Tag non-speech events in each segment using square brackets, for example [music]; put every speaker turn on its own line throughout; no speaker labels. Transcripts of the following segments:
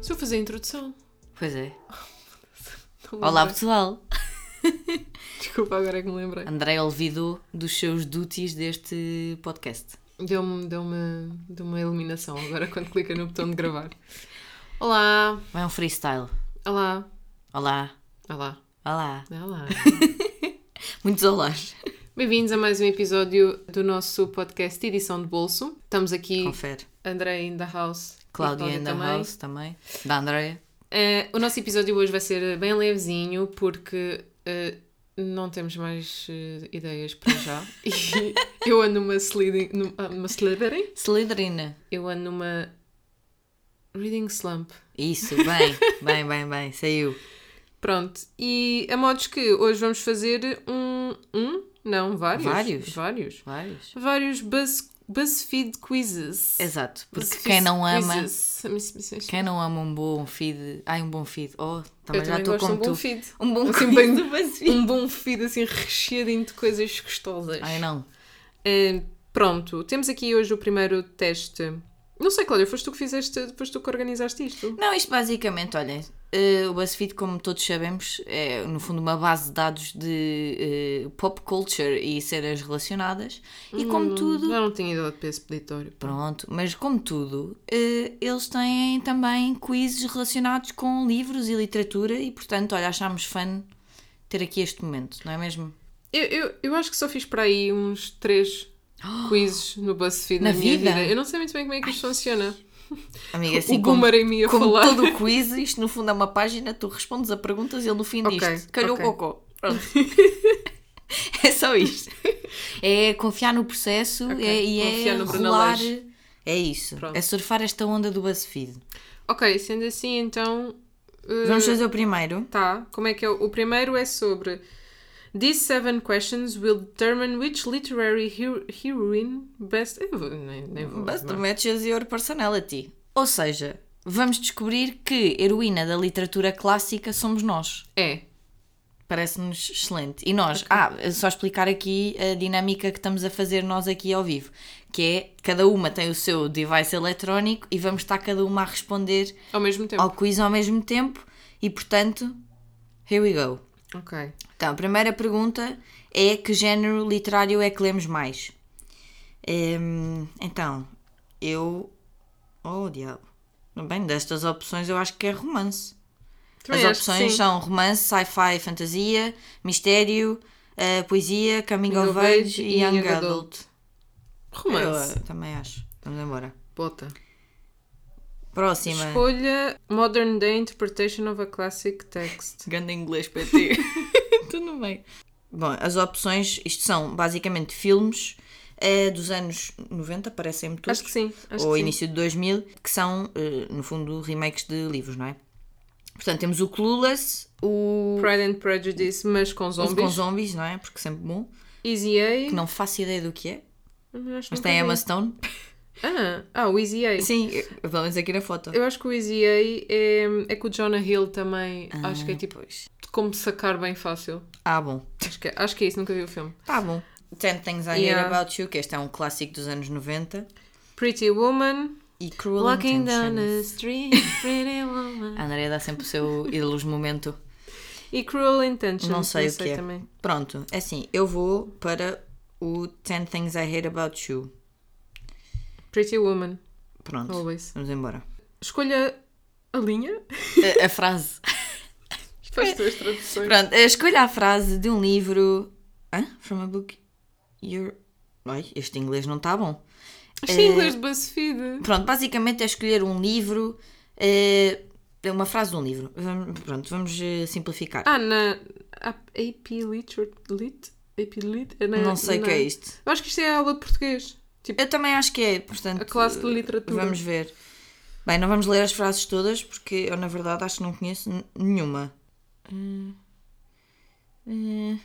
Se eu fazer a introdução.
Pois é.
Não
Olá
lembrei.
pessoal!
Desculpa, agora é que me lembrei.
André olvidou dos seus duties deste podcast.
Deu-me deu uma, deu uma iluminação agora [laughs] quando clica no botão de gravar. Olá,
Vai um freestyle.
olá,
Olá,
olá,
olá. [laughs]
olá.
Muitos olás.
Bem-vindos a mais um episódio do nosso podcast Edição de Bolso. Estamos aqui,
Confere.
André in the house. e
Cláudia in the
também.
house também. Da Andréia.
Eh, o nosso episódio hoje vai ser bem levezinho porque eh, não temos mais eh, ideias para
[laughs]
já. e eu ando numa slithering. Numa, numa slithering?
Slytherina.
Eu ando numa reading slump.
Isso, bem,
[laughs]
bem, bem, bem. Saiu.
Pronto, e a modos que hoje vamos fazer um. Um? Não, vários.
Vários.
Vários.
Vários.
Vários buzz, BuzzFeed quizzes.
Exato, É, porque
BuzzFeed
quem não ama,
quizzes.
quem não ama um bom feed, ai um bom feed, oh, também
Eu
já
também
estou
gosto de
como
um bom
tu.
feed.
Um bom
Assim,
feed
bem-
do BuzzFeed.
Um bom feed assim recheadinho de coisas gostosas.
Ai não,
Ah, pronto, temos aqui hoje o primeiro teste. Não sei, Cláudia, foste tu que fizeste, foste tu que organizaste isto?
Não, isto basicamente, olhem, eh, o BuzzFeed, como todos sabemos, é no fundo uma base de dados de eh, pop culture e cenas relacionadas. E como tudo.
Já Hum, não tinha idade para esse peditório.
Pronto, mas como tudo, eh, eles têm também quizzes relacionados com livros e literatura e, portanto, olha, achámos fã ter aqui este momento, não é mesmo?
Eu, eu, eu acho que só fiz para aí uns três quizzes no BuzzFeed na,
Na
minha vida.
vida?
Eu não sei muito bem como é que isto funciona.
Amiga, assim
o
como,
Boomer em mim a
como
falar.
todo o quiz, isto no fundo é uma página, tu respondes a perguntas e ele no fim
[laughs] Ok,
diz-te, calhou
ok.
o cocô. Pronto. [laughs] é só isto. É confiar no processo
Ok,
é- e
confiar
é
no
rolar.
Brunalês.
É isso.
Pronto.
É surfar esta onda do BuzzFeed.
Ok, sendo assim, então. eh,
Vamos fazer o primeiro.
Tá, como é que é? O primeiro é sobre. These seven questions will determine which literary hero- heroine best. Eu vou- nem, nem vou.
Bust
não.
matches your personality. Ou seja, vamos descobrir que heroína da literatura clássica somos nós.
É.
Parece-nos excelente. E nós, ah, só explicar aqui a dinâmica que estamos a fazer nós aqui ao vivo, que é cada uma tem o seu device eletrónico e vamos estar cada uma a responder
Ao mesmo tempo.
ao quiz ao mesmo tempo e portanto, here we go.
Ok.
Então, a primeira pergunta é que género literário é que lemos mais? Hum, então, eu. Oh, diabo. Bem, destas opções eu acho que é romance.
Também
As
acho que
opções
sim.
são romance, sci-fi, fantasia, mistério, eh, poesia, coming of age e young adult.
Romance.
Eu, eh, também acho. Vamos embora.
Bota.
Próxima.
Escolha Modern Day Interpretation of a Classic Text.
Ganda inglês para ti. [laughs] Tudo bem. Bom, as opções, isto são basicamente filmes eh, dos anos 90, parecem-me todos.
Acho que sim. Acho
ou
que sim.
início de 2000, que são, eh, no fundo, remakes de livros, não é? Portanto, temos o Clueless, o
Pride and Prejudice, mas com
Zombies.
zombies.
com Zombies, não é? Porque sempre bom.
Easy A. Uhum,
Que não faço ideia do que é,
Acho que
mas
nunca
tem a
vi.
Emma Stone.
Ah, ah, o Easy A.
Sim, eu- pelo menos aqui na foto.
Eu acho que o Easy A é, é com o Jonah Hill também. acho que é tipo
Ah, Pois.
de como sacar bem fácil.
Ah, bom.
Acho que é, acho que é isso, nunca vi o filme.
Tá bom. Ten Things I
Yeah.
Hear About You, que este é um clássico dos anos 90.
Pretty Woman.
E Cruel
Walking down
Intentions.
the street, Pretty Woman.
A Andrea dá sempre o seu ídolos [laughs] momento.
E Cruel Intentions.
Não sei o que é.
também.
Pronto, é assim, eu vou para o Ten Things I Hate About You.
Pretty Woman,
Pronto,
always.
vamos embora. [laughs]
Escolha a linha.
A, a frase.
Faz
É.
as tuas traduções.
Pronto, eh, escolha a frase de um livro. Hã? From a book. You're. Ai, este inglês não está bom.
Acho que é inglês de BuzzFeed.
Pronto, basicamente é escolher um livro. eh, é uma frase de um livro. Vamos- pronto, vamos eh, simplificar.
Ah, na A- AP Literature Lit? AP Lit? É na-
não sei o
na-
que é isto.
Eu acho que isto é a aula de português. Tipo,
Eu também acho que é, portanto.
a classe de literatura.
Vamos ver. Bem, não vamos ler as frases todas porque eu, na verdade, acho que não conheço n- nenhuma. Hum. Hum.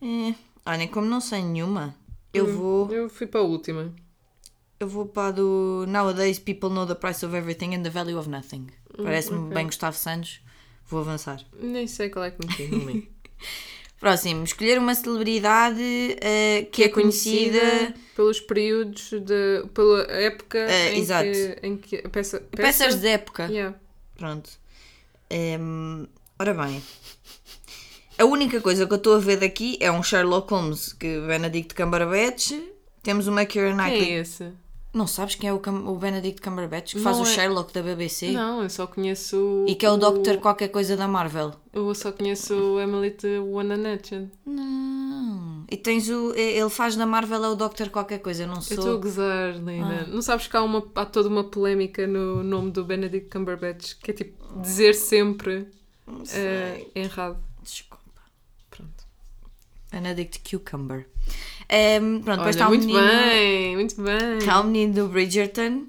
Hum. Olhem, como não sei nenhuma, eu
Hum.
vou.
Eu fui para a última.
Eu vou para a do Nowadays people know the price of everything and the value of nothing.
Hum,
Parece-me bem Gustavo Santos. Vou avançar.
Nem sei qual é [laughs] que meti, não li.
Próximo, escolher uma celebridade eh, que, é conhecida.
pelos períodos, de, pela época
Eh,
em,
exato.
Que, em que. a Peça, peça-
Peças de época.
Yeah.
Pronto. Hum, ora bem. A única coisa que eu estou a ver daqui é um Sherlock Holmes que Benedict Cumberbatch. Temos uma Keira Knightley.
Quem é esse?
Não sabes quem é o, Cam- o Benedict Cumberbatch que faz
Não
o
é-
Sherlock da BBC?
Não, eu só conheço.
E que é o Dr. qualquer coisa da Marvel.
Eu só conheço o Emily de One Legend.
Não. E tens o. e- Ele faz da Marvel é o Dr. qualquer coisa, não
Eu estou a
sou.
gozar,
Ah.
Linda. Não sabes que há, uma, há toda uma polémica no nome do Benedict Cumberbatch, que é tipo dizer sempre eh, errado.
Desculpa.
Pronto.
Benedict Cucumber. Hum, pronto, depois
Olha,
está o
muito
menino. Tá.
bem, muito bem.
Está o menino do Bridgerton.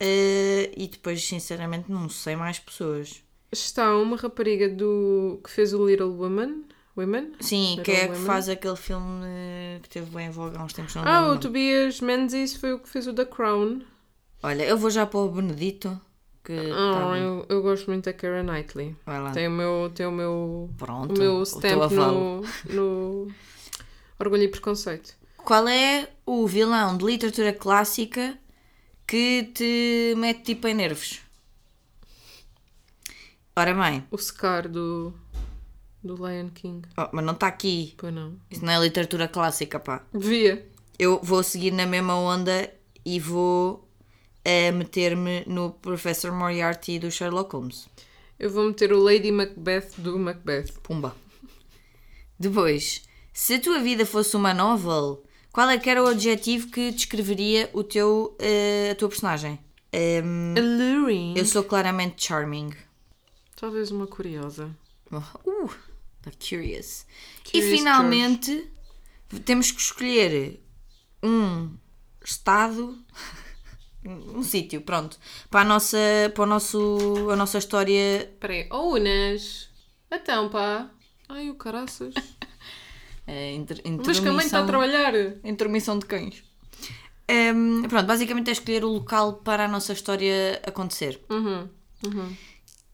eh, e depois, sinceramente, não sei mais pessoas.
Está uma rapariga do que fez o Little Woman. Women?
Sim,
Little
que é a que
Women.
faz aquele filme eh, que teve bem em voga há uns tempos. Não
Ah,
lembro
o
nome.
Tobias Menzies foi o que fez o The Crown.
Olha, eu vou já para o Benedito. Que tá
Ah,
bom.
eu, eu gosto muito da Karen Knightley.
Vai lá.
Tem o meu, tem o meu,
Pronto.
o meu
teu
stamp
avalo.
no,
[laughs]
no Orgulho e Preconceito.
Qual é o vilão de literatura clássica que te mete tipo em nervos? Ora bem,
O Scar do, do Lion King.
oh, mas não está aqui.
Pois não.
Isso não é literatura clássica, pá.
Devia.
Eu vou seguir na mesma onda e vou eh, meter-me no Professor Moriarty do Sherlock Holmes.
Eu vou meter o Lady Macbeth do Macbeth.
Pumba. Depois, se a tua vida fosse uma novel, qual é que era o adjetivo que descreveria o teu, eh, a tua personagem? Ehm,
Alluring.
Eu sou claramente charming.
Talvez uma curiosa.
Uh, tá curious.
Curious
e finalmente temos que escolher um estado, um sítio, pronto, para a nossa, para o nosso, a nossa história.
Espera aí. Oh, Unas. Então, pá. Ai, o
[laughs]
caraças.
eh, inter-
Mas que a mãe tá está a
intermissão-
trabalhar.
Intermissão de cães. Ehm, pronto, basicamente é escolher o local para a nossa história acontecer.
Uhum. Uhum.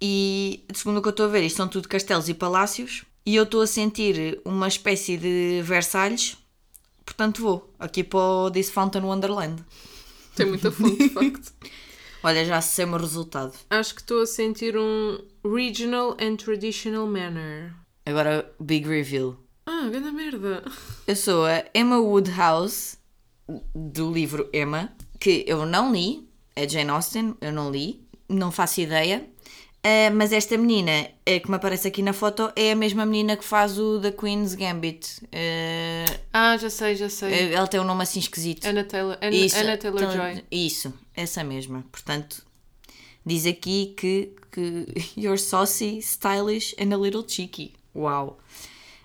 E segundo o que eu estou a ver, isto são tudo castelos e palácios. E eu estou a sentir uma espécie de Versalhes. Portanto, vou aqui para o This Fountain Wonderland.
Tem muita
[laughs]
fonte, de facto.
Olha, já sei o meu resultado.
Acho que estou a sentir um regional and traditional manner.
Agora, big reveal.
Ah, grande merda. [laughs]
Eu sou a Emma Woodhouse, do livro Emma, que eu não li. É Jane Austen, eu não li. Não faço ideia. Eh, mas esta menina eh, que me aparece aqui na foto é a mesma menina que faz o The Queen's Gambit. Eh,
Ah, já sei, já sei.
eh, ela tem um nome assim esquisito.
Anna Taylor, Anna, Anna Taylor
então,
Joy.
Isso, essa mesma. Portanto, diz aqui que, que [laughs] you're saucy, stylish and a little cheeky. Uau!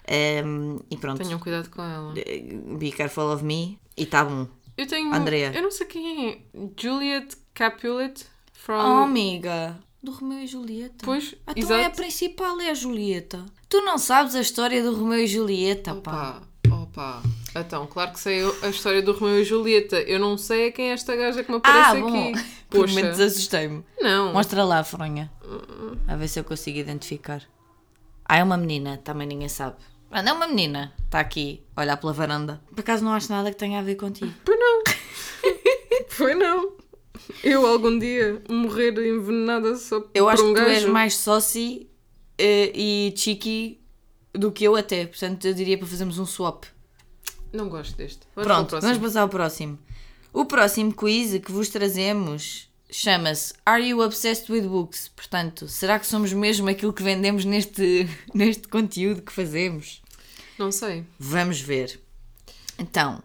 Ehm, e pronto.
Tenham cuidado com ela.
Eh, Be careful of me. E tá bom.
Eu tenho.
Andrea.
Eu não sei quem é. Juliet Capulet
Oh,
from.
amiga! Do Romeu e Julieta.
Pois,
Então é a
exato.
principal, é a Julieta. Tu não sabes a história do Romeu e Julieta, pá.
Opa, opa. Então, claro que sei a história do Romeu e Julieta. Eu não sei a quem é esta gaja que me
Ah,
aparece
bom.
aqui.
Por
Poxa.
momentos assustei-me.
Não.
Mostra lá, Fronha. A ver se eu consigo identificar. Ah, é uma menina, também ninguém sabe. Ah, não é uma menina. Está aqui, a olhar pela varanda. Por acaso não acho nada que tenha a ver contigo.
Pois [laughs] não. Foi não. Eu algum dia morrer envenenada só
[laughs] Eu
por
acho
um
que tu és
gajo.
mais saucy eh, e cheeky do que eu até. Portanto, eu diria para fazermos um swap.
Não gosto deste. Vamos
Pronto,
para o
vamos
próximo.
passar ao próximo. O próximo quiz que vos trazemos chama-se Are You Obsessed with Books? Portanto, será que somos mesmo aquilo que vendemos neste, [laughs] neste conteúdo que fazemos?
Não sei.
Vamos ver. Então,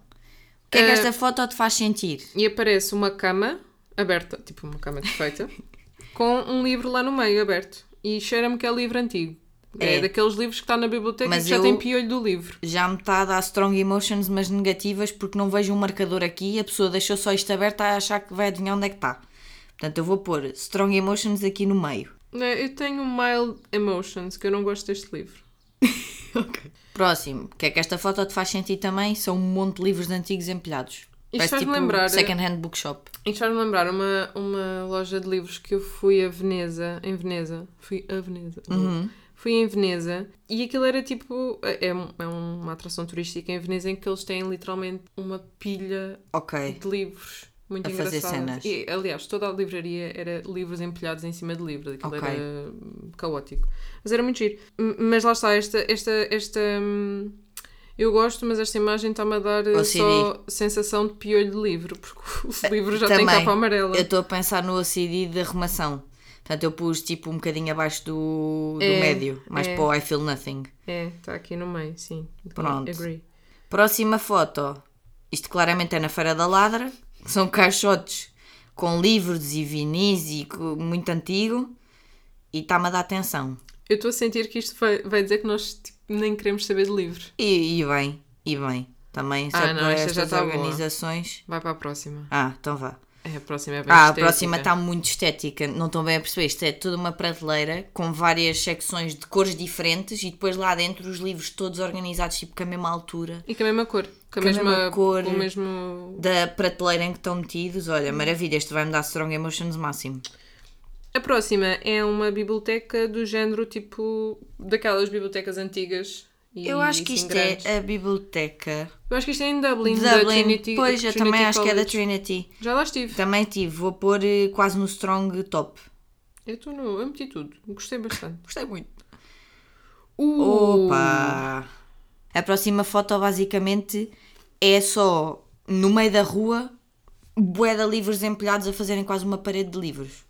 o que é que
Eh,
esta foto te faz sentir?
E aparece uma cama aberta, tipo uma cama desfeita, [laughs] com um livro lá no meio aberto. E cheira-me que é livro antigo. É,
É.
daqueles livros que está na biblioteca e
Mas
que já
eu-
tem piolho do livro.
Já metade há strong emotions, mas negativas, porque não vejo um marcador aqui e a pessoa deixou só isto aberto a achar que vai adivinhar onde é que está. Portanto, eu vou pôr strong emotions aqui no meio.
Não, Né, Eu tenho Mild Emotions, que eu não gosto deste livro.
[laughs] ok. Próximo. O que é que esta foto te faz sentir também? São um monte de livros de antigos empilhados.
faz-me lembrar-
Second Hand Bookshop.
Isto faz-me lembrar uma, uma loja de livros que eu fui a Veneza, em Veneza. Fui a Veneza. Fui em Veneza e aquilo era tipo. É, é uma atração turística em Veneza em que eles têm literalmente uma pilha
Ok.
de livros muito
A fazer
engraçados.
cenas.
E, aliás, toda a livraria era livros empilhados em cima de livros, aquilo
Ok.
era hum, caótico. Mas era muito giro. M- Mas lá está, esta. esta, esta hum, eu gosto, mas esta imagem está-me a dar eh,
OCD.
só sensação de piolho de livro, porque [laughs] o livro já tem
Eh, Também,
capa amarela.
Eu estou a pensar no OCD de arrumação. Portanto, eu pus tipo um bocadinho abaixo do, do
É,
médio, mais
é.
para o I Feel Nothing.
É, está aqui no meio, sim.
Pronto.
Agree.
Próxima foto. Isto claramente é na Feira da Ladra. São caixotes com livros e vinis e co- muito antigo. E está-me a dar atenção.
Eu estou a sentir que isto vai, vai dizer que nós tipo, nem queremos saber de livros.
E, e bem, e bem. Também só
Ah, não,
para
esta já
estas
tá boa.
organizações.
Vai para a próxima.
Ah, então vá.
É, a próxima é bem
Ah, a
estética.
próxima está muito estética, não estão bem a perceber. Isto é toda uma prateleira com várias secções de cores diferentes e depois lá dentro os livros todos organizados, tipo com a mesma altura
E com a mesma cor. Com a,
Com a
mesma,
mesma cor.
O mesmo
da prateleira em que estão metidos.
Hum.
Olha, maravilha, este vai-me dar strong emotions máximo.
A próxima é uma biblioteca do género tipo daquelas bibliotecas antigas. e
Eu acho que
assim
isto
grandes.
é a biblioteca
Eu acho que isto é em Dublin, da
Dublin.
Trinity.
pois, eu
Trinity
também acho que é da
College.
Trinity.
Já lá estive.
Também tive, vou pôr eh, quase no strong top.
Eu estou no. Eu meti tudo. Gostei bastante.
Gostei muito.
Uh,
Opa! A próxima foto basicamente é só no meio da rua, bué de livros empilhados a fazerem quase uma parede de livros.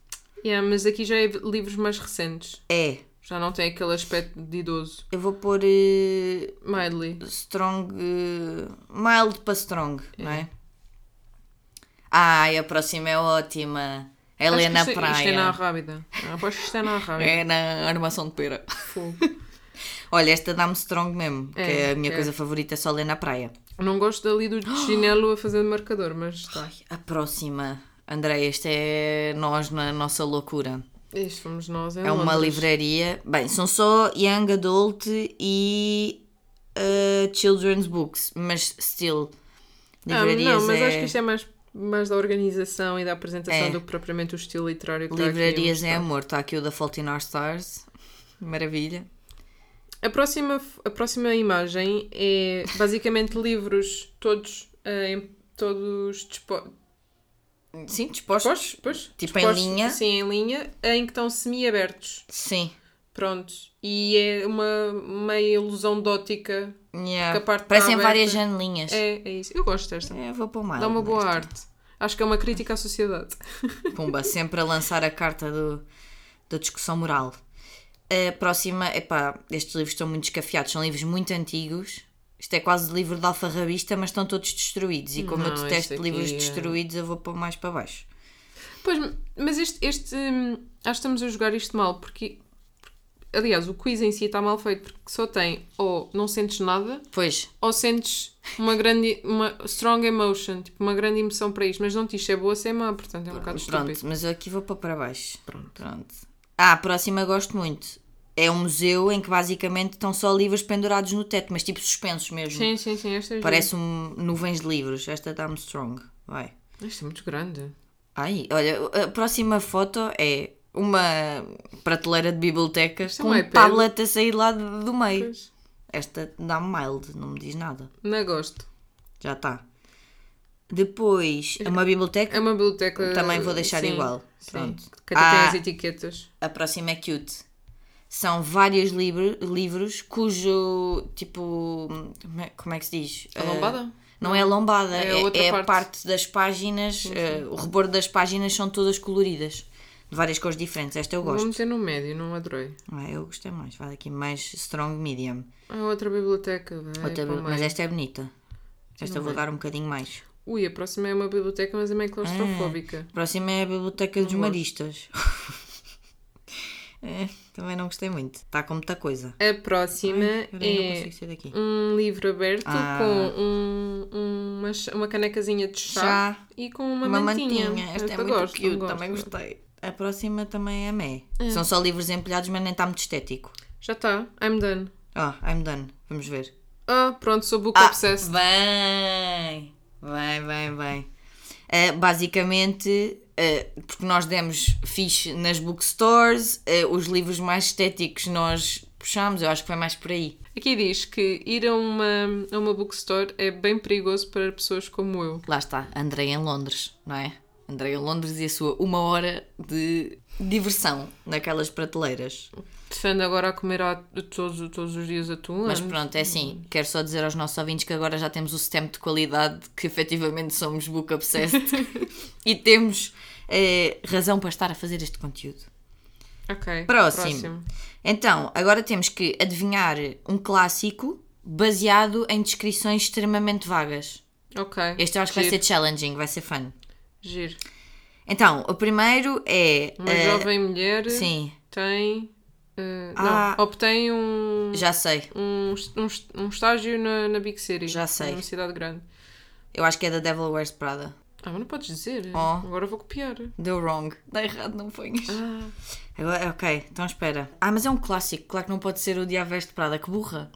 Yeah, mas aqui já é livros mais recentes.
É,
Já não tem aquele aspecto de idoso.
eu vou pôr eh,
Mildly.
strong, eh, mild para strong, não é? Ai, a próxima é ótima. Helena
acho que isto,
Praia.
Isto é na Rábida. Aposto que isto é na Rábida.
É na armação de pera.
Fogo.
Olha, esta dá-me strong mesmo, que
É,
é a minha
é.
coisa favorita, é só ler na praia.
Não gosto dali
[gasps]
do chinelo a fazer de marcador, mas tá. está.
Ai, a próxima. André, esta é nós na nossa loucura.
Isto fomos nós. em
É uma
Londres.
livraria. Bem, são só Young Adult e uh, Children's Books, mas still.
Ah, não, mas
é-
acho que isto é mais, mais da organização e da apresentação
É.
do que propriamente o estilo literário que está tá aqui a
Livrarias é
mostrar.
amor. Está aqui o da Fault in Our Stars. Maravilha.
A próxima, f- a próxima imagem é basicamente livros todos, eh, em- todos dispo-
Sim, dispostos?
dispostos, pois,
Tipo em
dispostos,
linha?
Sim, em linha, em que estão semi-abertos.
Sim.
Pronto. E é uma meia ilusão de ótica.
Yeah.
Porque a parte tá
Parecem
aberta.
várias janelinhas. É.
É, é isso. Eu gosto desta.
vou para o mal.
Dá uma boa arte. Acho que é uma crítica à sociedade.
Pumba, sempre a lançar a carta do, da discussão moral. A próxima, epá, estes livros estão muito descafiados, são livros muito antigos. Isto é quase livro de alfarrabista, mas estão todos destruídos. E como eu
Não, este
detesto
aqui
livros
é-
destruídos, eu vou pôr mais para baixo.
Pois, mas este, este hum, acho que estamos a jogar isto mal, porque aliás, o quiz em si está mal feito, porque só tem ou não sentes nada,
Pois,
ou sentes uma grande, uma strong emotion, tipo uma grande emoção para isto, mas não te diz se é boa ou se é má, portanto é um bocado
pronto,
estúpido.
mas eu aqui vou pôr para baixo.
Pronto.
Pronto. Ah, a próxima gosto muito. É um museu em que basicamente estão só livros pendurados no teto, mas tipo suspensos mesmo.
Sim, sim, sim, esta é
Parece um nuvens de livros. Esta dá-me strong. Vai.
gira. Isto é muito grande.
Ai, olha, a próxima foto é uma prateleira de bibliotecas
é
com
um
um
iPad.
tablet a sair lá do do meio.
Pois.
Esta dá-me mild, não me diz nada.
Não gosto.
Já está. Depois, é uma biblioteca,
É uma biblioteca.
também vou deixar
sim,
igual.
sim,
Pronto.
Que até tem
Ah,
as etiquetas.
a próxima é cute. São vários livro- livros cujo, tipo, como é, como é que se diz?
A lombada?
Não é a lombada,
É
é,
a outra
é a
parte.
parte. das páginas, eh, o rebordo das páginas são todas coloridas, de várias cores diferentes. Esta eu
Vou
gosto.
meter no médio, não adorei.
Ah, eu gostei mais, vai aqui mais strong medium.
É outra biblioteca. vai
Outra-
para o
mas
meio.
esta é bonita. Esta eu vou dar um bocadinho mais.
Ui, a próxima é uma biblioteca, mas é meio claustrofóbica.
A próxima é a Biblioteca dos
gosto.
Maristas. [laughs] É, também não gostei muito. Está com muita coisa.
A próxima
Ah. Eu não
é
consigo sair daqui.
um livro aberto
Ah.
com um- um- uma, ch- uma canecazinha de chá,
Chá.
e com uma,
Uma
mantinha.
mantinha. Esta é
Eu
muito
gosto,
cute,
gosto.
também gostei. A próxima também é Mé. São só livros empilhados, mas nem está muito estético.
Já está. I'm done.
Ah, I'm done. Vamos ver.
Ah, pronto, sou book
Ah,
obsessed.
bem! Bem, bem, bem. Eh, basicamente, eh, porque nós demos fixe nas bookstores, eh, os livros mais estéticos nós puxámos, eu acho que foi mais por aí.
Aqui diz que ir a uma, a uma bookstore é bem perigoso para pessoas como eu.
Lá está, Andrei em Londres, não é? Andrei em Londres e a sua uma hora de diversão naquelas prateleiras.
Defendo agora a comer a- todos, todos os dias atum.
Mas
Ana.
pronto, é assim, quero só dizer aos nossos ouvintes que agora já temos o sistema de qualidade, que efetivamente somos book obsessed e temos eh, razão para estar a fazer este conteúdo.
Ok.
Próximo. Então, agora temos que adivinhar um clássico baseado em descrições extremamente vagas.
Ok.
Este eu acho que vai
Giro.
ser challenging, vai ser fun.
Giro.
Então, o primeiro é.
Uma
eh,
jovem mulher
sim,
tem. eh,
Ah.
Não, obtém um,
já sei.
um, est- um, est- um estágio na, na Big City.
Já sei.
Numa cidade grande.
Eu acho que é da Devil Wears Prada.
Ah, mas não podes dizer.
Oh.
Agora vou copiar.
Deu wrong. Dá errado, não ponhas.
Ah,
Agora, ok, então espera. Ah, mas é um clássico. Claro que não pode ser o Diabo Veste Prada. Que burra.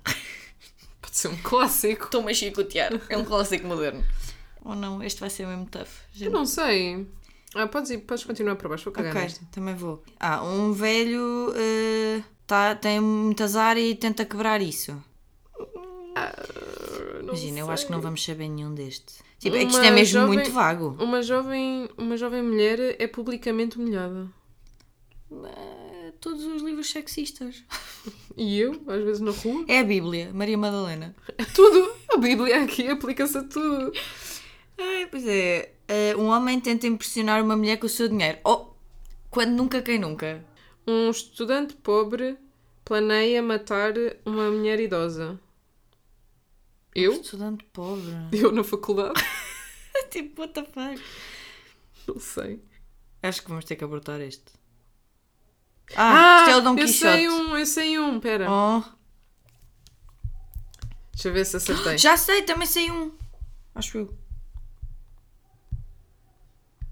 pode ser um clássico.
[laughs] Estou-me a chicotear. É um clássico moderno. Ou Oh, não, este vai ser mesmo tough.
Eu não sei. Ah, podes, ir, podes continuar para baixo. Vou cagar
Ok,
nesta.
também vou. Ah, um velho eh, tá, tem muito azar e tenta quebrar isso.
Não
Imagina, eu
sei.
acho que Ah, não vamos saber nenhum deste. Tipo, é que isto
Uma
é mesmo
jovem-
muito vago.
Uma jovem, uma jovem mulher é publicamente humilhada.
Ah, Todos os livros sexistas.
E eu, às vezes na rua.
É a Bíblia, Maria Madalena.
Tudo! A Bíblia aqui aplica-se a tudo.
Ai, pois é. Eh, um homem tenta impressionar uma mulher com o seu dinheiro. Oh, quando nunca, quem nunca?
Um estudante pobre planeia matar uma mulher idosa. Eu?
Estudante pobre.
Eu na faculdade?
[laughs]
[laughs]
tipo, what the fuck?
Não sei.
Acho que vamos ter que abortar este. Ah, isto é o Dom
eu
Quixote.
sei um, eu sei um. Pera,
Oh.
deixa eu ver se acertei.
Já sei, também sei um. Acho eu.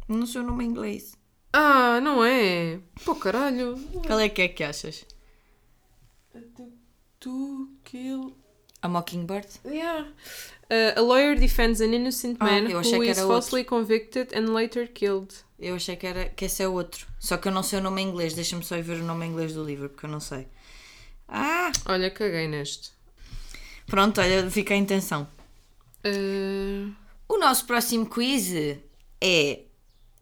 Não sei o nome em inglês.
Ah, não é? Pô, caralho.
Qual é que é que achas?
Tu, kill...
A Mockingbird?
Yeah. Uh, a lawyer defends an innocent
Ah,
man
eu achei
who
que
is
era
falsely convicted and later killed.
Eu achei que, era, que esse é outro. Só que eu não sei o nome em inglês. Deixa-me só ir ver o nome em inglês do livro, porque eu não sei. Ah!
Olha, caguei neste.
Pronto, olha, fica a intenção.
Uh,
O nosso próximo quiz é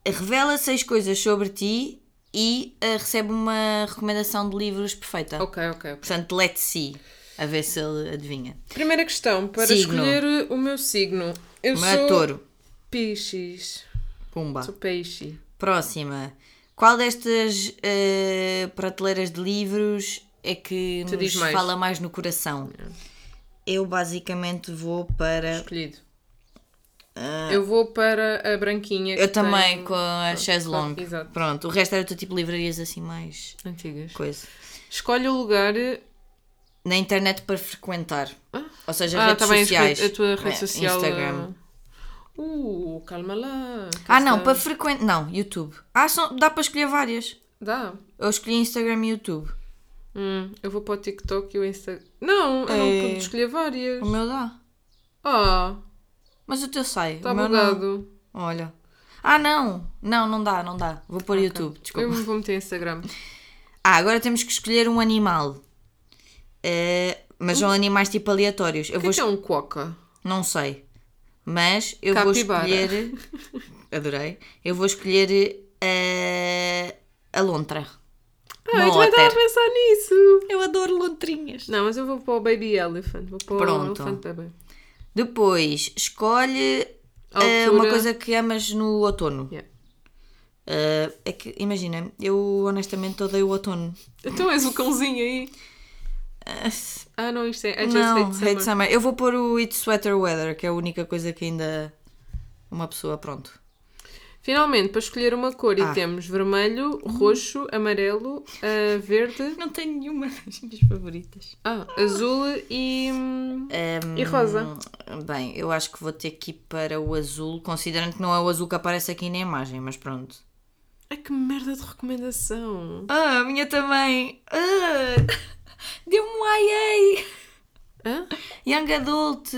Revela seis coisas sobre ti e ah, recebe uma recomendação de livros perfeita.
ok, ok. ok.
Portanto, let's see. A ver se ele adivinha.
Primeira questão, para
Signo.
escolher o meu signo. Eu
Mas
sou
touro.
peixes.
Pumba.
Sou peixe.
Próxima. Qual destas eh, prateleiras de livros é que
Te
nos
diz mais?
fala mais no coração? Eu basicamente vou para.
Escolhido. Eu vou para a branquinha. que
Ah. Eu também,
tem Ah,
com a chaise longue.
exato.
Pronto, o resto era o teu tipo de livrarias assim mais
Antigas.
coisa.
Escolhe o lugar. eh,
Na internet para frequentar. Ou seja,
Ah,
redes
também
sociais.
a tua rede
É,
social.
Instagram.
Uh, uh, calma lá. que
Ah, não,
esta-
para frequentar. Não, YouTube. Ah, são... dá para escolher várias.
Dá.
Eu escolhi Instagram e YouTube.
Hum, eu vou para o TikTok e o Instagram. Não, eu
É.
não pude escolher várias.
O meu dá.
Ah,
Mas o teu sai.
está
o meu não.
bugado.
Olha. Ah, não! Não, não dá, não dá. Vou pôr YouTube, desculpa.
Eu me vou meter Instagram.
Ah, agora temos que escolher um animal. Eh, mas são animais tipo aleatórios. Eu
O
vou.
Hum? que é, que é um coca?
es- Não sei. Mas eu
Capibara.
vou escolher. [laughs] Adorei. Eu vou escolher eh, a lontra.
Ah,
Uma
eu também estava a
otter.
pensar nisso.
Eu adoro lontrinhas.
Não, mas eu vou para o Baby Elephant. Vou para o
Pronto.
Elephant Bebê.
Depois, escolhe eh,
Altura.
uma coisa que amas no outono.
Yeah.
Eh, é que, imagina, eu honestamente odeio o outono.
Então és o cãozinho aí. Ah, não, isto é. I just
não,
hate summer.
Hate Summer. Eu vou pôr o It's Sweater Weather, que é a única coisa que ainda uma pessoa, pronto.
Finalmente, para escolher uma cor, e
Ah.
temos vermelho, roxo, amarelo, ah, verde,
Não tenho nenhuma das minhas favoritas.
ah, azul e. hum, E rosa?
Bem, eu acho que vou ter que ir para o azul, considerando que não é o azul que aparece aqui na imagem, mas pronto.
Ai, que merda de recomendação!
Ah, a minha também! Ah, [laughs] Deu-me um ai ai!
Hã?
Young Adult!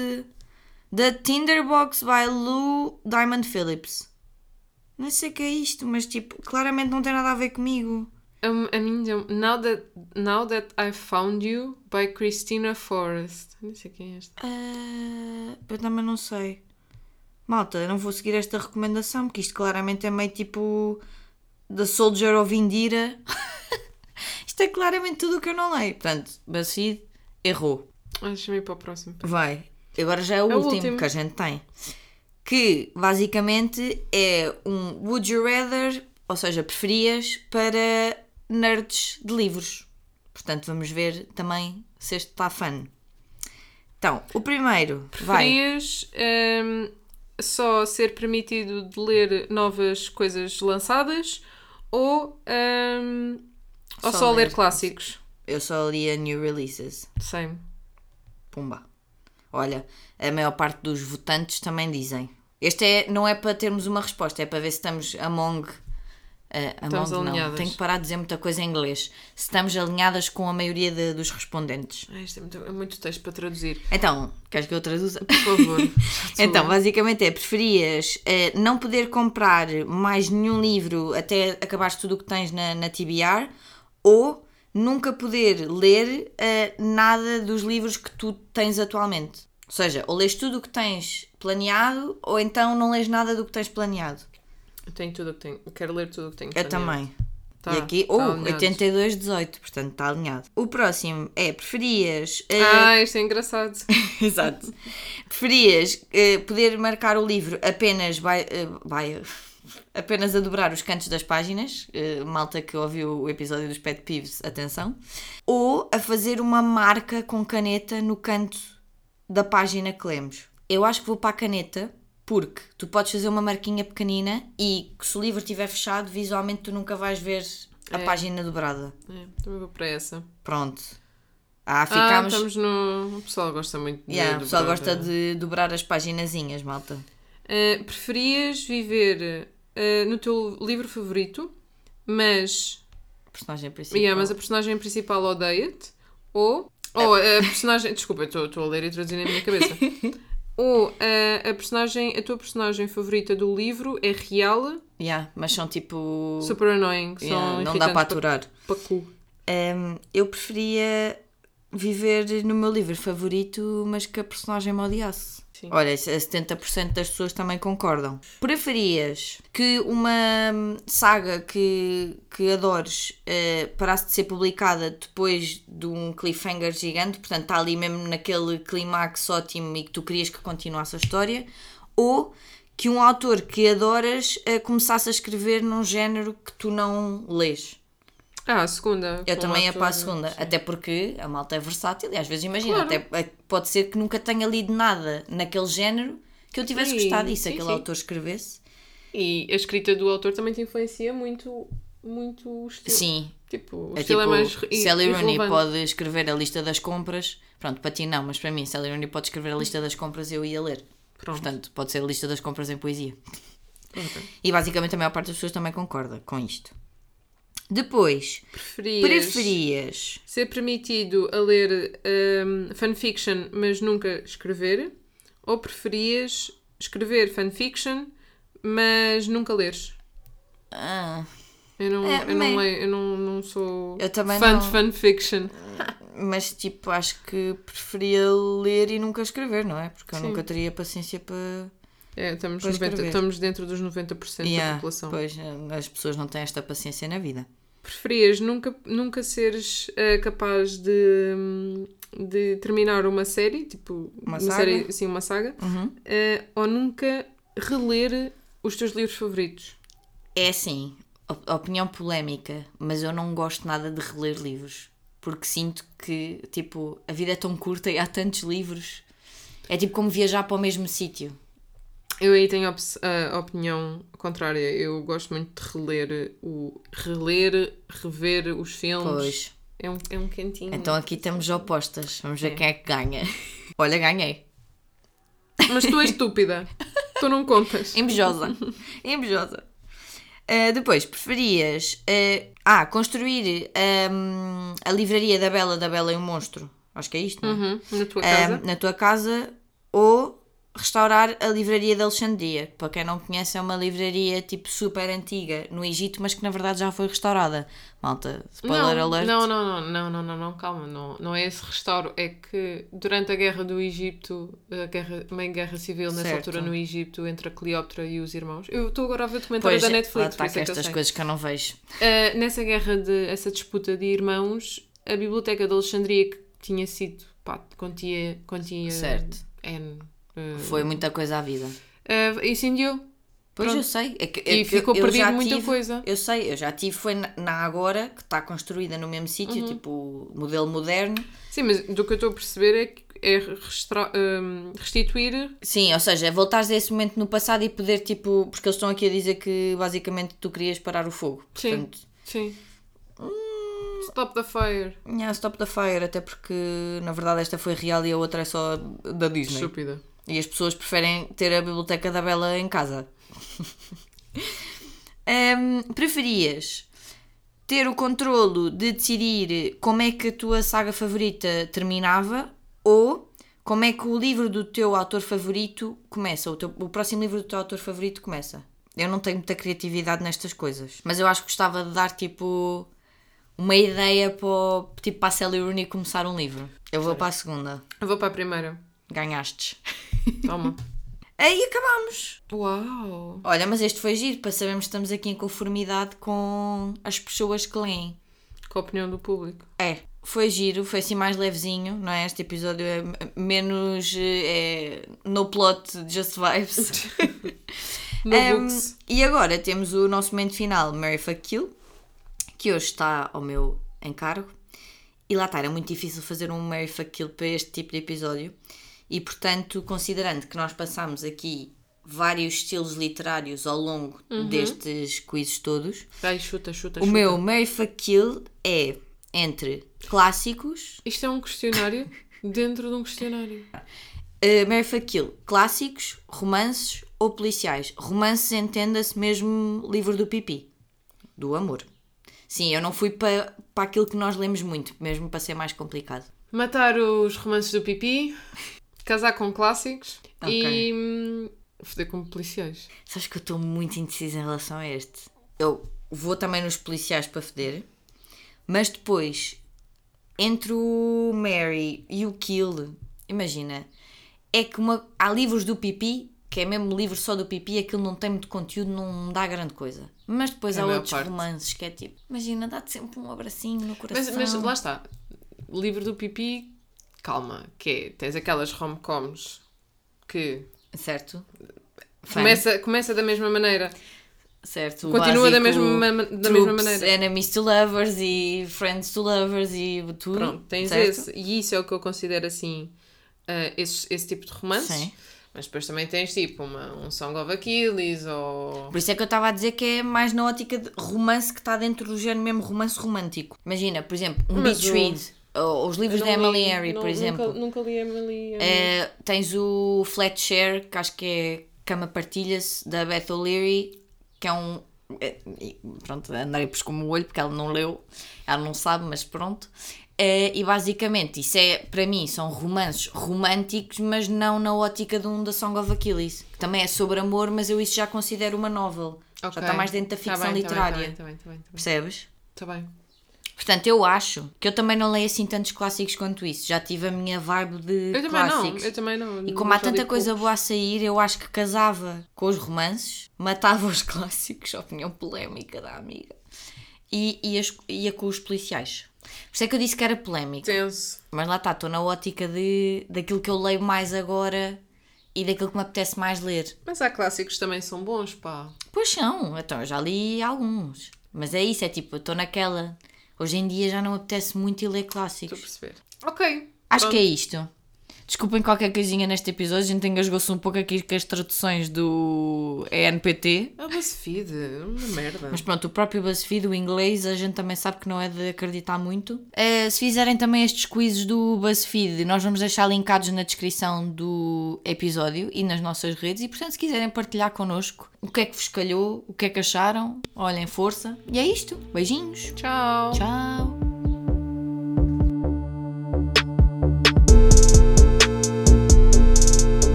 The Tinderbox by Lou Diamond Phillips. Não sei o que é isto, mas tipo, claramente não tem nada a ver comigo.
Um, A, a minha deu- Now that, Now that I Found You by Christina Forrest. Não sei quem é esta.
Ah, eu também não sei. Malta, eu não vou seguir esta recomendação porque isto claramente é meio tipo The Soldier of Indira. [laughs] isto é claramente tudo o que eu não leio. Portanto, Bacid errou.
Ah, chamei para o próximo.
Vai. Agora já é o,
É o
último,
último.
que a gente tem. Que basicamente é um Would You Rather, ou seja, preferias, para nerds de livros. Portanto, vamos ver também se este está fã. Então, o primeiro, vai.
Preferias ehm, só ser permitido de ler novas coisas lançadas ou, ehm, ou
Só
só ler
ler
clássicos?
Eu só li a New Releases.
Same.
Pumba. Olha, a maior parte dos votantes também dizem. Este é, não é para termos uma resposta, é para ver se estamos among. eh,
Estamos
among não,
alinhadas.
tenho que parar de dizer muita coisa em inglês. Se estamos alinhadas com a maioria de- dos respondentes.
Ah, isto é muito, é muito texto para traduzir.
Então, queres que eu traduza? [laughs]
Por favor.
Então, basicamente é, preferias eh, não poder comprar mais nenhum livro até acabares tudo o que tens na, na TBR ou nunca poder ler eh, nada dos livros que tu tens atualmente. Ou seja, ou lês tudo o que tens planeado ou então não lês nada do que tens planeado.
Eu tenho tudo o que tenho. Quero ler tudo o que tenho.
Eu
planeado.
também.
Tá,
e aqui, uh, oh,
tá
ou
alinhados.
82,18, portanto está alinhado. O próximo é, preferias... eh,
Ah, isto é engraçado. [laughs]
[laughs] Exato. Preferias eh, poder marcar o livro apenas vai, eh, vai- apenas a dobrar os cantos das páginas, eh, malta que ouviu o episódio dos Pet Peeves, atenção, ou a fazer uma marca com caneta no canto da página que lemos. Eu acho que vou para a caneta porque tu podes fazer uma marquinha pequenina e que se o livro estiver fechado, visualmente tu nunca vais ver a
É.
página dobrada.
É, também vou para essa.
Pronto. Ah,
Ah,
ficámos.
estamos no. O pessoal gosta muito de.
Yeah, o pessoal
dobrar,
gosta
é.
de dobrar as paginazinhas, malta.
Uh, preferias viver uh, no teu livro favorito, mas,
Personagem principal.
yeah, mas a personagem principal odeia-te, ou, ou
É.
a personagem, desculpa, eu estou- estou a ler e traduzir na minha
[laughs]
cabeça, ou uh, a personagem, a tua personagem favorita do livro é real,
Yeah, mas são tipo.
super annoying, são
Yeah, não dá para aturar.
para cu.
Hum, eu preferia viver no meu livro favorito, mas que a personagem me odiasse.
Sim.
Olha, se- 70% das pessoas também concordam. Preferias que uma hum, saga que, que adores eh, parasse de ser publicada depois de um cliffhanger gigante, portanto está ali mesmo naquele clímax ótimo e que tu querias que continuasse a história, ou que um autor que adoras eh, começasse a escrever num género que tu não lês?
Ah, a segunda.
Eu
com
também ia
ator,
para a segunda,
sim.
até porque a malta é versátil e às vezes imagina,
Claro.
até eh, pode ser que nunca tenha lido nada naquele género que eu tivesse
Sim,
gostado e se
sim,
aquele
sim.
autor escrevesse.
E a escrita do autor também te influencia muito, muito o estilo.
Sim,
Tipo, o
é
estilo
tipo,
é mais. re-
Sally Rooney
irrelevante.
pode escrever a lista das compras, pronto, para ti não, mas para mim, Sally Rooney pode escrever a lista das compras e eu ia ler.
Pronto.
Portanto, pode ser a lista das compras em poesia.
Ok.
E basicamente a maior parte das pessoas também concorda com isto. Depois,
Preferias.
preferias
ser permitido a ler hum, fanfiction, mas nunca escrever? Ou preferias escrever fanfiction, mas nunca leres?
ah,
Eu não,
É,
eu
meio-
não leio, eu não, não sou
Eu também
fã
não.
de fanfiction.
Mas tipo, acho que preferia ler e nunca escrever, não é? Porque eu
Sim.
nunca teria paciência para.
É, estamos,
Pois
90
escrever.
estamos dentro dos 90% da
Yeah,
população.
Pois as pessoas não têm esta paciência na vida.
Preferias nunca, nunca seres eh, capaz de, hum, de terminar uma série, tipo
Uma saga? Uhum.
série, sim, uma saga, eh, ou nunca reler os teus livros favoritos?
É assim, op- opinião polémica, mas eu não gosto nada de reler livros. Porque sinto que, tipo, a vida é tão curta e há tantos livros. É tipo como viajar para o mesmo sítio.
Eu aí tenho a ops- a opinião contrária. Eu gosto muito de reler o reler, rever os filmes.
Pois.
É um, é um quentinho.
Então aqui estamos opostas. Vamos ver quem é que ganha. [laughs] Olha, ganhei. É [laughs]
Mas tu és estúpida. tu não contas.
Invejosa. Invejosa. Uh, depois, preferias uh, ah, construir um, a livraria da Bela, da Bela e o Monstro, acho que é isto, não é?
Uhum, na tua casa.
Um, na tua casa ou restaurar a livraria de Alexandria. Para quem não conhece, é uma livraria tipo super antiga no Egito, mas que na verdade já foi restaurada. Malta, spoiler
não,
alert.
Não, não, não, não, não, não, não, calma, não, não é esse restauro. É que durante a guerra do Egito, a guerra, meio guerra civil, nessa
Certo.
altura no Egito, entre a Cleópatra e os irmãos. Eu estou agora a ver o documentário da
lá
Netflix,
está
por isso
com
é que eu
estas
sei.
coisas que eu não vejo.
Uh, nessa guerra de essa disputa de irmãos, a biblioteca de Alexandria que tinha sido, pá, continha, continha
Certo.
N, uh,
Foi muita coisa à vida.
uh, incendiou.
Pois
Pronto.
eu sei. É que, é
E
que eu-
ficou
eu
perdida
já
muita
tive-
coisa.
Eu sei, eu já tive, foi na, na Agora, que está construída no mesmo sítio, tipo modelo moderno.
Sim, mas do que eu estou a perceber é que é restra- um, restituir.
Sim, ou seja, é voltares a esse momento no passado e poder, tipo, porque eles estão aqui a dizer que basicamente tu querias parar o fogo.
Sim.
Portanto, hum,
Sim. Stop the fire.
yeah, stop the fire, até porque na verdade esta foi real e a outra é só da Disney.
Estúpida.
E as pessoas preferem ter a biblioteca da Bela em casa. [laughs] Hum, preferias ter o controlo de decidir como é que a tua saga favorita terminava ou como é que o livro do teu autor favorito começa? O, teu- o próximo livro do teu autor favorito começa? Eu não tenho muita criatividade nestas coisas, mas eu acho que gostava de dar tipo uma ideia para, o- tipo, para a Célia Rooney começar um livro. Eu vou para a segunda.
Eu vou para a primeira.
Ganhaste. [laughs]
Toma.
Aí acabamos.
Uau!
Olha, mas este foi giro para sabermos que estamos aqui em conformidade com as pessoas que leem.
Com a opinião do público.
É, foi giro, foi assim mais levezinho, não é? Este episódio é m- menos eh, é, no plot, just vibes.
No
Um,
books.
e agora temos o nosso momento final, Mary Fuck Kill, que hoje está ao meu encargo. E lá está, era muito difícil fazer um Mary Fuck Kill para este tipo de episódio. E portanto, considerando que nós passámos aqui vários estilos literários ao longo destes quizzes todos,
Vai, chuta, chuta,
o
chuta.
meu Mary Fuck Kill é entre clássicos,
Isto é um questionário [laughs] dentro de um questionário.
Uh, Mary Fuck Kill, clássicos, romances ou policiais? Romances, entenda-se mesmo livro do pipi, do amor. Sim, eu não fui para pa aquilo que nós lemos muito, mesmo para ser mais complicado.
Matar os romances do pipi, casar com clássicos
Ok.
e hum, foder com policiais.
Sabes que eu estou muito indecisa em relação a este. Eu vou também nos policiais para foder, mas depois, entre o Mary e o Kill, imagina, é que uma- há livros do pipi, que é mesmo livro só do pipi, aquilo não tem muito conteúdo, não dá grande coisa. Mas depois
É a
há
maior
outros
parte.
romances que é tipo, imagina, dá-te sempre um abracinho no coração.
Mas, mas lá está, livro do pipi, calma, que é, tens aquelas rom-coms que
Certo?
começa, começa da mesma maneira.
Certo, o
Continua da
básico,
mesma ma- da
troops,
mesma maneira.
Enemies to lovers e friends to lovers e tudo.
Pronto, tens
certo?
esse, e isso é o que eu considero assim, ah, esses- esse, tipo de romances.
Sim.
Mas depois também tens tipo uma, um Song of Achilles ou.
Por isso é que eu estava a dizer que é mais na ótica de romance que está dentro do género mesmo, romance romântico. Imagina, por exemplo, um
Mas
Beach
o-
Read, ou os livros da
Não li-
Emily Harry,
não-
por exemplo.
Nunca, nunca li Emily. Harry.
Eh, tens o Flatshare, que acho que é Cama Partilha-se, da Beth O'Leary, que é um. eh, e Pronto, andarei por como o olho, porque ela não leu, ela não sabe, mas pronto. Eh, e basicamente, isso é, para mim, são romances românticos, mas não na ótica de um da Song of Achilles, que também é sobre amor, mas eu isso já considero uma novel.
Ok.
Já está mais dentro da ficção
Tá bem, tá bem,
literária.
Tá bem, tá bem, tá bem,
Percebes?
tá bem. Tá bem.
Portanto, eu acho que eu também não leio assim tantos clássicos quanto isso. Já tive a minha vibe de
Eu também
clássicos.
não, Hum, eu também não.
Um
tipo,
E
Não
como há
já li
tanta coisa
pouco.
boa a sair, eu acho que casava com os romances, matava os [laughs] clássicos, opinião polémica da amiga, e e as- ia com os policiais. Por isso é que eu disse que era polémico.
Tenso.
Mas lá está, estou na ótica de, daquilo que eu leio mais agora e daquilo que me apetece mais ler.
Mas há clássicos que também são bons, pá.
Pois são, então eu já li alguns. Mas é isso, é tipo, eu estou naquela. Hoje em dia já não me apetece muito ir ler
Estou a
clássicos.
perceber. Ok.
Acho que é isto. Desculpem qualquer coisinha neste episódio, a gente engasgou-se um pouco aqui com as traduções do ENPT.
Ah, BuzzFeed, uma merda.
Mas pronto, o próprio BuzzFeed, o inglês, a gente também sabe que não é de acreditar muito. Eh, se fizerem também estes quizzes do BuzzFeed, nós vamos deixar linkados na descrição do episódio e nas nossas redes. E portanto, se quiserem partilhar connosco o que é que vos calhou, o que é que acharam, olhem, força. E é isto. Beijinhos.
Tchau.
Tchau.